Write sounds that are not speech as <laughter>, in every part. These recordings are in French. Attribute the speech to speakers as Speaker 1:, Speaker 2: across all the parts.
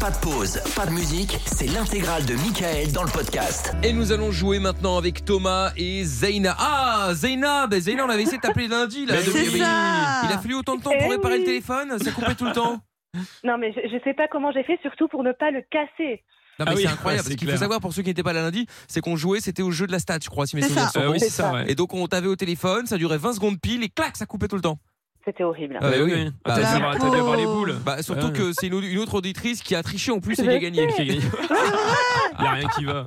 Speaker 1: Pas de pause, pas de musique, c'est l'intégrale de Michael dans le podcast.
Speaker 2: Et nous allons jouer maintenant avec Thomas et Zeina. Ah, Zeina, ben Zeina, on avait essayé de t'appeler lundi. Là,
Speaker 3: Mais
Speaker 2: depuis-
Speaker 3: oui.
Speaker 2: il,
Speaker 3: C'est
Speaker 4: ça.
Speaker 2: il a fallu autant de temps
Speaker 3: Eh
Speaker 2: pour réparer le
Speaker 3: oui.
Speaker 2: téléphone, ça coupait tout le temps.
Speaker 3: Non, mais je, je sais pas comment j'ai fait, surtout pour ne pas le casser.
Speaker 2: Non, mais
Speaker 4: Ah oui,
Speaker 2: c'est incroyable.
Speaker 4: c'est
Speaker 2: ce qu'il faut
Speaker 4: clair.
Speaker 2: savoir pour ceux qui n'étaient pas là lundi, c'est qu'on jouait, c'était au jeu de la stat, je crois, si mes
Speaker 4: C'est
Speaker 2: souvenirs
Speaker 4: ça.
Speaker 2: sont
Speaker 4: Euh,
Speaker 2: bons.
Speaker 4: oui, c'est ça, ouais.
Speaker 2: Et donc on t'avait au téléphone, ça durait 20 secondes pile et clac, ça coupait tout le temps.
Speaker 3: C'était horrible.
Speaker 2: Ah, bah oui.
Speaker 4: Ah,
Speaker 2: Bah,
Speaker 4: T'as
Speaker 2: c'est-
Speaker 4: dû avoir- t'as dû avoir les boules.
Speaker 2: Bah, surtout
Speaker 4: Ouais.
Speaker 2: que c'est une, une autre auditrice qui a triché en plus et
Speaker 3: Je
Speaker 2: qui a gagné.
Speaker 4: Ah. Qui a gagné. Il y a rien qui va.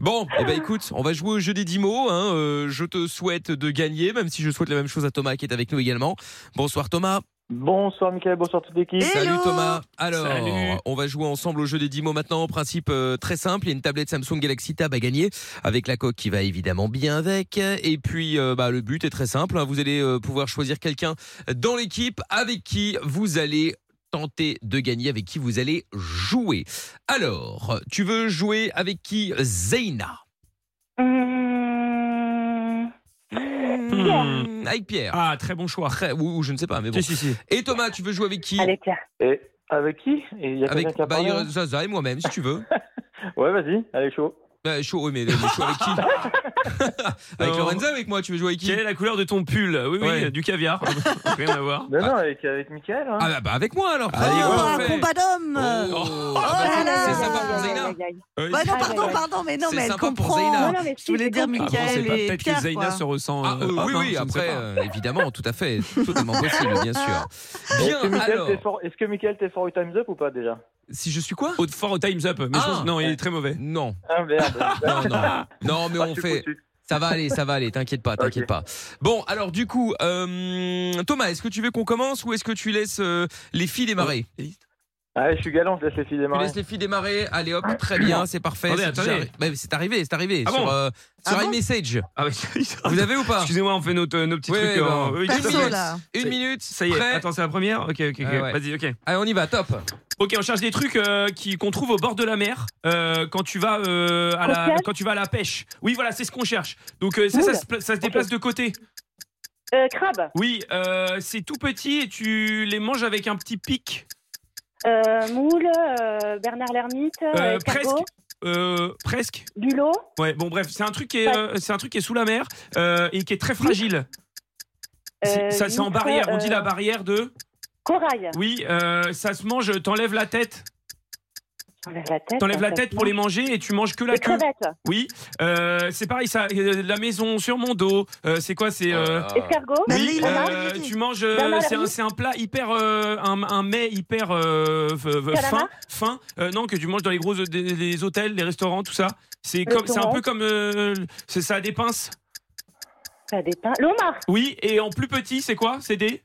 Speaker 2: Bon, eh ben écoute, on va jouer au jeu des 10 mots. hein. Euh, je te souhaite de gagner, même si je souhaite la même chose à Thomas qui est avec nous également. Bonsoir Thomas.
Speaker 5: Bonsoir Mickaël, bonsoir toute l'équipe.
Speaker 4: Et-
Speaker 2: Salut
Speaker 4: Hello.
Speaker 2: Thomas. Alors,
Speaker 4: Salut.
Speaker 2: on va jouer ensemble au jeu des 10 mots maintenant. Principe euh, très simple, il y a une tablette Samsung Galaxy Tab à gagner avec la coque qui va évidemment bien avec. Et puis, euh, bah, le but est très simple. hein. Vous allez euh, pouvoir choisir quelqu'un dans l'équipe avec qui vous allez tenter de gagner, avec qui vous allez jouer. Alors, tu veux jouer avec qui Zeina
Speaker 4: Euh.
Speaker 3: Mmh.
Speaker 4: Hmm.
Speaker 2: Avec Pierre.
Speaker 4: Ah, très bon choix.
Speaker 2: Très- ou, ou je ne sais pas, mais bon.
Speaker 4: Si, si, si.
Speaker 2: Et Thomas, tu veux jouer avec qui
Speaker 3: Allez, Pierre.
Speaker 5: Et avec qui Il y a
Speaker 2: Avec
Speaker 5: quelqu'un qui a
Speaker 2: bah,
Speaker 5: parlé,
Speaker 2: il y
Speaker 5: hein
Speaker 2: a Zaza et moi-même, si tu veux.
Speaker 5: Ouais, vas-y, allez chaud.
Speaker 2: Bah, chaud, oui, mais, mais chaud avec qui Avec
Speaker 4: Non.
Speaker 2: Lorenzo, avec moi, tu veux jouer avec qui
Speaker 4: Quelle est la couleur de ton pull Oui, oui,
Speaker 2: Ouais.
Speaker 4: du caviar. <laughs> Rien à voir.
Speaker 5: Non, non, avec, avec Mickaël. Hein.
Speaker 2: Ah bah, bah, avec moi alors
Speaker 4: Allez,
Speaker 2: Ah,
Speaker 4: go.
Speaker 2: parfait.
Speaker 4: ouais.
Speaker 2: Oh,
Speaker 4: un combat
Speaker 2: ah,
Speaker 4: Oh.
Speaker 2: bah,
Speaker 4: Oh là là.
Speaker 2: C'est sympa pour Zeyna
Speaker 3: Aïe, aïe, aïe.
Speaker 4: Ouais,
Speaker 3: non, pardon,
Speaker 4: pardon,
Speaker 2: mais non, mais elle comprend.
Speaker 3: Non, non, mais si,
Speaker 4: Ah, Je voulais
Speaker 3: j'ai
Speaker 4: dire
Speaker 3: compris.
Speaker 4: Mickaël
Speaker 2: Ah bon, c'est pas-
Speaker 4: et
Speaker 2: peut-être que
Speaker 4: Pierre.
Speaker 2: Zeyna
Speaker 4: quoi.
Speaker 2: se
Speaker 4: ressent.
Speaker 2: Ah, euh, oui, oui, après, euh, évidemment, tout à fait, totalement possible,
Speaker 3: <laughs>
Speaker 2: bien sûr.
Speaker 5: Est-ce que
Speaker 2: Bien,
Speaker 5: Mickaël,
Speaker 2: alors,
Speaker 5: t'es fort- est-ce que Mickaël, t'es fort au Time's Up ou pas déjà
Speaker 2: si je suis quoi
Speaker 4: Au fort au Time's Up. Mais je
Speaker 2: Ah.
Speaker 4: pense- non, il est très mauvais.
Speaker 2: Non,
Speaker 5: Ah merde.
Speaker 2: non, non, non, mais
Speaker 5: Ah,
Speaker 2: on
Speaker 5: je suis
Speaker 2: fait,
Speaker 5: foutu.
Speaker 2: ça va aller, ça va aller, t'inquiète pas, t'inquiète
Speaker 5: Ok.
Speaker 2: pas. Bon, alors du coup, euh, Thomas, est-ce que tu veux qu'on commence ou est-ce que tu laisses euh, les filles démarrer
Speaker 5: Ah, je suis galant, je laisse les filles
Speaker 2: Tu
Speaker 5: démarrer.
Speaker 2: laisses les filles démarrer, allez hop, très bien, c'est parfait.
Speaker 4: Attendez,
Speaker 2: c'est déjà
Speaker 4: attendez.
Speaker 2: arri- Bah, c'est arrivé, c'est arrivé,
Speaker 4: Ah
Speaker 2: sur,
Speaker 4: bon
Speaker 2: euh, sur
Speaker 6: Ah bon
Speaker 2: iMessage.
Speaker 4: Ah, oui.
Speaker 2: Vous avez ou pas
Speaker 4: Excusez-moi, on fait nos, nos petits
Speaker 2: Oui,
Speaker 4: trucs.
Speaker 2: oui,
Speaker 4: en-
Speaker 2: bon.
Speaker 4: oui,
Speaker 2: Perso,
Speaker 4: excusez-moi.
Speaker 6: là.
Speaker 2: Une
Speaker 4: Ça y-
Speaker 2: minute,
Speaker 4: Ça y est,
Speaker 2: prêt
Speaker 4: attends, Ah c'est la première Ok, ok, ok.
Speaker 2: Ah ouais.
Speaker 4: Vas-y, ok.
Speaker 2: Allez, on y va, top.
Speaker 4: Ok, on cherche des trucs euh, qui- qu'on trouve au bord de la mer euh, quand, tu vas, euh, à la,
Speaker 3: Cocktail
Speaker 4: quand tu vas à la pêche. Oui, voilà, c'est ce qu'on cherche. Donc, euh, ça, ça, se, pla- ça se déplace de côté.
Speaker 3: Euh, crabe.
Speaker 4: Oui, euh, c'est tout petit et tu les manges avec un petit pic.
Speaker 3: Euh, moule. euh, Bernard Lermite.
Speaker 4: Euh,
Speaker 3: Euh,
Speaker 4: presque. Euh, presque.
Speaker 3: Bulot.
Speaker 4: Ouais, bon, bref, c'est un, truc qui est, euh, c'est un truc qui est sous la mer euh, et qui est très fragile. C'est-
Speaker 3: euh,
Speaker 4: ça, c'est en
Speaker 3: huître,
Speaker 4: barrière. On dit
Speaker 3: euh,
Speaker 4: la barrière de.
Speaker 3: Corail.
Speaker 4: Oui, euh, ça se mange, t'enlèves la tête.
Speaker 3: T'enlèves la tête.
Speaker 4: T'enlèves
Speaker 3: hein,
Speaker 4: la
Speaker 3: ça
Speaker 4: tête
Speaker 3: se
Speaker 4: pour les hein.
Speaker 3: mange.
Speaker 4: manger et tu manges que la
Speaker 3: Les
Speaker 4: queue.
Speaker 3: crevettes.
Speaker 4: Oui, euh, c'est pareil, ça. euh, la maison sur mon dos, euh, c'est quoi C'est. euh,
Speaker 3: Escargot.
Speaker 6: Mais
Speaker 4: oui,
Speaker 6: il a-
Speaker 4: euh, tu manges. euh,
Speaker 3: Bernard
Speaker 4: c'est un,
Speaker 3: Lamy.
Speaker 4: c'est un plat hyper. euh, un, un mets hyper euh, f- f- fin.
Speaker 3: Calamar.
Speaker 4: fin euh, non, que tu manges dans les gros des- les hôtels, les restaurants, tout ça. C'est comme, c'est un
Speaker 3: Restaurant.
Speaker 4: peu comme. euh, c'est ça a des pinces.
Speaker 3: Ça dépeint. L'omar.
Speaker 4: Oui, et en plus petit, c'est quoi C'est des.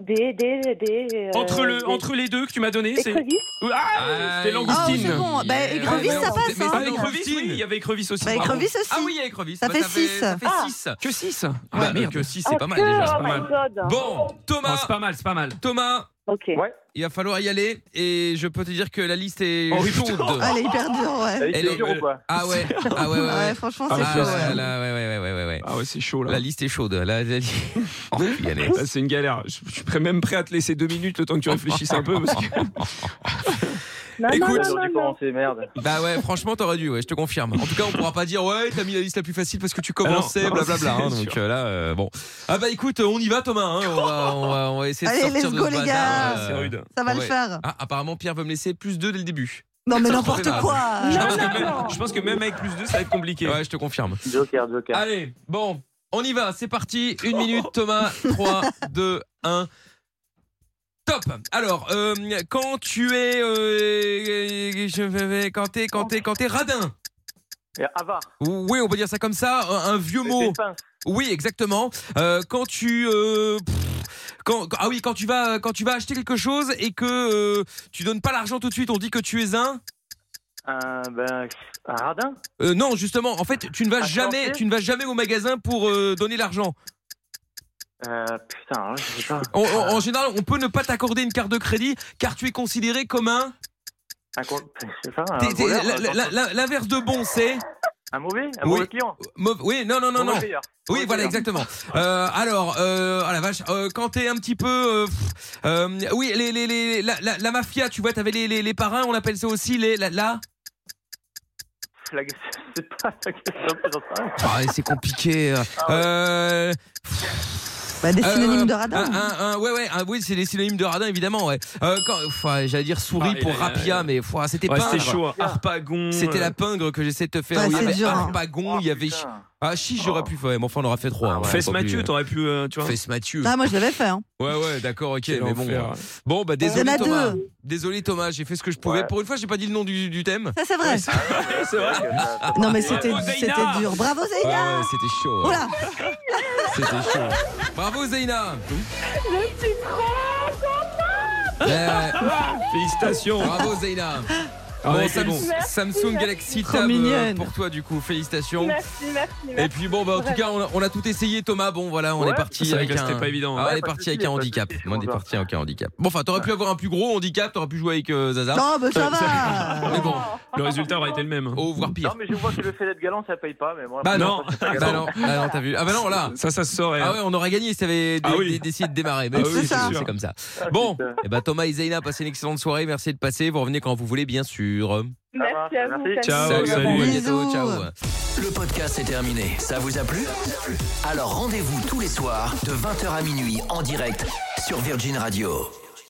Speaker 3: Des. Des. des euh,
Speaker 4: Entre, le,
Speaker 3: des-
Speaker 4: entre les deux que tu m'as donné, c'est.
Speaker 3: Écrevisse.
Speaker 4: Ah, c'est
Speaker 6: Ah,
Speaker 4: langoustine.
Speaker 6: c'est bon. Bah, écrevisse,
Speaker 2: Ouais,
Speaker 6: ça
Speaker 2: mais
Speaker 6: passe,
Speaker 2: mais
Speaker 6: hein.
Speaker 2: c'est
Speaker 4: Ah, écrevisse, oui, il y avait écrevisse aussi.
Speaker 6: Bah,
Speaker 4: pardon.
Speaker 6: écrevisse aussi.
Speaker 2: Ah oui, il y a écrevisse.
Speaker 6: Ça
Speaker 2: Bah,
Speaker 6: fait
Speaker 2: fait-
Speaker 6: six. Ah,
Speaker 2: Ça fait
Speaker 3: Ah.
Speaker 2: 6.
Speaker 4: Que 6
Speaker 2: Bah, mais que 6, c'est
Speaker 3: Oh,
Speaker 2: pas mal
Speaker 3: que-
Speaker 2: déjà.
Speaker 3: Oh
Speaker 4: pas
Speaker 3: my god.
Speaker 2: Bon,
Speaker 4: Non,
Speaker 2: Thomas,
Speaker 4: c'est pas mal, c'est pas mal.
Speaker 2: Thomas,
Speaker 3: Ok.
Speaker 2: il va falloir y aller et je peux te dire que la liste est
Speaker 4: Oh,
Speaker 2: chaude.
Speaker 4: <laughs>
Speaker 6: Ah, elle est hyper dure, ouais.
Speaker 5: Elle
Speaker 2: Elle est-
Speaker 5: est dure ou pas
Speaker 2: Ah ouais, ah ouais, ouais,
Speaker 6: Ah
Speaker 2: ouais.
Speaker 6: ouais, franchement,
Speaker 4: Ah,
Speaker 6: c'est
Speaker 2: Ah
Speaker 6: chaud.
Speaker 2: là,
Speaker 6: ouais.
Speaker 2: là, ouais, ouais, ouais, ouais, ouais.
Speaker 4: Ah ouais, c'est chaud là.
Speaker 2: La liste est chaude. La, la- <laughs> Oh, il y allait.
Speaker 4: Là, c'est une galère. Je, je suis prêt- même prêt à te laisser deux minutes le temps <laughs> que tu réfléchisses un peu. Parce que...
Speaker 3: Non, non,
Speaker 2: Écoute,
Speaker 3: non,
Speaker 5: J'aurais dû
Speaker 3: non, non.
Speaker 5: commencer, merde.
Speaker 2: Bah ouais, franchement, t'aurais dû, ouais, je te confirme. En tout cas, on pourra pas dire, ouais, t'as mis la liste la plus facile parce que tu commençais,
Speaker 4: Ah non, non,
Speaker 2: blablabla. hein,
Speaker 4: c'est
Speaker 2: donc
Speaker 4: sûr.
Speaker 2: euh, là, euh, bon. Ah bah écoute, on y va, Thomas. hein, on, va, on va- on va essayer
Speaker 6: Allez,
Speaker 2: de sortir
Speaker 6: let's
Speaker 2: de
Speaker 6: go,
Speaker 2: ce
Speaker 6: les
Speaker 2: bazar,
Speaker 6: gars.
Speaker 2: euh,
Speaker 4: <laughs> c'est rude.
Speaker 6: Ça va le
Speaker 2: Ouais.
Speaker 6: faire.
Speaker 2: Ah, apparemment, Pierre veut me laisser plus 2 dès le début.
Speaker 6: Non, mais
Speaker 2: ça,
Speaker 6: n'importe
Speaker 2: c'est
Speaker 6: quoi.
Speaker 4: Je
Speaker 3: Non,
Speaker 4: pense,
Speaker 3: non,
Speaker 4: que même,
Speaker 3: non.
Speaker 4: je pense que même avec plus deux, ça va être compliqué.
Speaker 2: Ouais, je te confirme.
Speaker 5: Joker, Joker.
Speaker 2: Allez, bon, on y va, c'est parti. Une minute, Thomas. 3, 2, 1. Top. Alors, euh, quand tu es, euh, je vais quand t'es, quand t'es, quand t'es radin.
Speaker 5: Et ah, Avare,
Speaker 2: Oui, on peut dire ça comme ça. Un, un vieux
Speaker 5: c'est
Speaker 2: mot.
Speaker 5: des pinces.
Speaker 2: Oui, exactement. Euh, quand tu, euh, pff, quand, quand- ah oui, quand tu vas, quand tu vas acheter quelque chose et que euh, tu donnes pas l'argent tout de suite, on dit que tu es un.
Speaker 5: Un, ben, un radin
Speaker 2: Euh, non, justement. En fait, tu ne vas
Speaker 5: Un
Speaker 2: jamais,
Speaker 5: chantier
Speaker 2: tu ne vas jamais au magasin pour euh, donner l'argent.
Speaker 5: euh, Putain, je sais pas.
Speaker 2: En, en- en général, on peut ne pas t'accorder une carte de crédit car tu es considéré comme un.
Speaker 5: Un con- Je sais pas, un
Speaker 2: T'es- t'es-
Speaker 5: voleur, hein,
Speaker 2: la-
Speaker 5: un
Speaker 2: la- la- L'inverse de bon, c'est.
Speaker 5: Un mauvais Un
Speaker 2: Oui.
Speaker 5: mauvais client
Speaker 2: Mauve- Oui, non, non, non,
Speaker 5: Un mauvais
Speaker 2: non.
Speaker 5: payeur.
Speaker 2: Oui,
Speaker 5: Mauvais
Speaker 2: voilà,
Speaker 5: payeur.
Speaker 4: <laughs>
Speaker 2: exactement. Euh, alors, euh, ah la vache, euh, quand t'es un petit peu, euh, pff, euh, oui, les, les, les, la, la, la mafia, tu vois, t'avais les, les, les parrains, on appelle ça aussi les, la, la-
Speaker 5: La question, <laughs> c'est pas la question, j'en sais rien.
Speaker 2: Ah, c'est compliqué.
Speaker 4: Ah
Speaker 2: Euh,
Speaker 6: Bah, des
Speaker 2: euh,
Speaker 6: synonymes de
Speaker 2: un,
Speaker 6: radin.
Speaker 2: un, un- ouais, ouais, un- oui, c'est les synonymes de radin, évidemment, ouais. Euh, quand, enfin, j'allais dire souris
Speaker 4: Ah, il
Speaker 2: pour
Speaker 4: a- il a-
Speaker 2: rapia, mais pff, c'était
Speaker 4: Ouais,
Speaker 2: pas.
Speaker 4: c'était chaud, hein. Arpagon.
Speaker 2: C'était
Speaker 4: euh,
Speaker 2: la pingre que j'essaie de te faire.
Speaker 6: Ouais,
Speaker 2: où il y
Speaker 6: c'est
Speaker 2: avait
Speaker 6: dur, hein.
Speaker 2: Arpagon, il y
Speaker 5: Oh,
Speaker 2: avait.
Speaker 5: putain.
Speaker 2: Ah, si, j'aurais pu faire. Mais enfin, on aura fait trois. ouais,
Speaker 4: Fesse
Speaker 2: on aurait pu-
Speaker 4: Oh. Mathieu, t'aurais pu, euh, tu vois.
Speaker 2: Fesse Mathieu.
Speaker 6: Ah, moi, je l'avais fait. Hein.
Speaker 2: Ouais, ouais, d'accord, ok,
Speaker 4: Quel
Speaker 2: mais bon.
Speaker 4: enfer.
Speaker 2: euh, Bon, bah
Speaker 6: Il y en
Speaker 2: désolé
Speaker 6: a
Speaker 2: Thomas.
Speaker 6: deux.
Speaker 2: Désolé Thomas, j'ai fait ce que je pouvais.
Speaker 5: Ouais.
Speaker 2: Pour une fois, j'ai pas dit le nom du, du thème.
Speaker 6: Ça, c'est vrai.
Speaker 4: C'est vrai.
Speaker 5: Ouais, ça-
Speaker 2: <laughs>
Speaker 5: ça-
Speaker 6: Non, mais c'était
Speaker 4: Bravo, Zeyna.
Speaker 6: c'était dur. Bravo,
Speaker 2: Ouais,
Speaker 6: Zeyna
Speaker 2: ouais, c'était chaud. ouais.
Speaker 6: Voilà.
Speaker 2: C'était chaud. Bravo Zeyna. Je suis trop contente.
Speaker 4: Ah, Félicitations.
Speaker 2: Eh bravo Zeyna.
Speaker 4: Ah ouais,
Speaker 2: bon,
Speaker 4: c'est
Speaker 2: Sam-
Speaker 4: bon.
Speaker 2: Samsung Galaxy
Speaker 6: Trop
Speaker 2: Tab euh,
Speaker 6: mignonne.
Speaker 2: pour toi du coup, félicitations.
Speaker 3: Merci, merci,
Speaker 2: Et
Speaker 3: merci.
Speaker 2: puis bon bah en tout cas on a, on a tout essayé Thomas. Bon voilà, on
Speaker 5: Ouais,
Speaker 2: est parti
Speaker 4: C'est vrai
Speaker 2: avec
Speaker 4: que
Speaker 2: un
Speaker 4: c'était pas évident.
Speaker 2: Ah,
Speaker 4: hein.
Speaker 2: on est
Speaker 5: pas de
Speaker 2: parti
Speaker 5: souci,
Speaker 2: avec
Speaker 5: pas
Speaker 2: un
Speaker 5: de
Speaker 2: handicap.
Speaker 5: souci, je
Speaker 2: On est
Speaker 5: comprends.
Speaker 2: parti avec un handicap. Bon enfin, t'aurais pu avoir un plus gros handicap, t'aurais pu jouer avec euh, Zaza.
Speaker 6: Non, mais ça va.
Speaker 2: Mais bon,
Speaker 4: Le résultat aurait été le même.
Speaker 2: au Oh, voire pire.
Speaker 5: Non, mais je vois que le fait d'être galant, ça paye pas. Mais moi,
Speaker 2: Bah
Speaker 5: la première
Speaker 2: non.
Speaker 5: fois, je suis
Speaker 2: Ah
Speaker 5: pas
Speaker 2: bah
Speaker 5: galant.
Speaker 2: non, ah non, t'as vu. Ah bah non, là.
Speaker 4: Ça, ça se saurait. hein.
Speaker 2: Ah ouais, on aurait gagné si t'avais dé-
Speaker 4: Ah oui.
Speaker 2: dé- décidé de démarrer. Mais
Speaker 4: Ah
Speaker 2: c'est
Speaker 4: oui,
Speaker 2: comme
Speaker 6: c'est
Speaker 2: ça,
Speaker 6: sûr.
Speaker 2: c'est comme ça.
Speaker 5: Ah,
Speaker 2: Bon,
Speaker 5: putain.
Speaker 2: et bah Thomas et Zeyna, passez une excellente soirée. Merci de passer. Vous revenez quand vous voulez, bien sûr.
Speaker 3: Merci à vous.
Speaker 5: Merci.
Speaker 4: Ciao,
Speaker 3: Ah Salut.
Speaker 4: salut.
Speaker 2: à bientôt.
Speaker 6: Bisous.
Speaker 2: Ciao.
Speaker 1: Le podcast est terminé. Ça vous a plu Alors rendez-vous tous les soirs de 20h à minuit en direct sur Virgin Radio.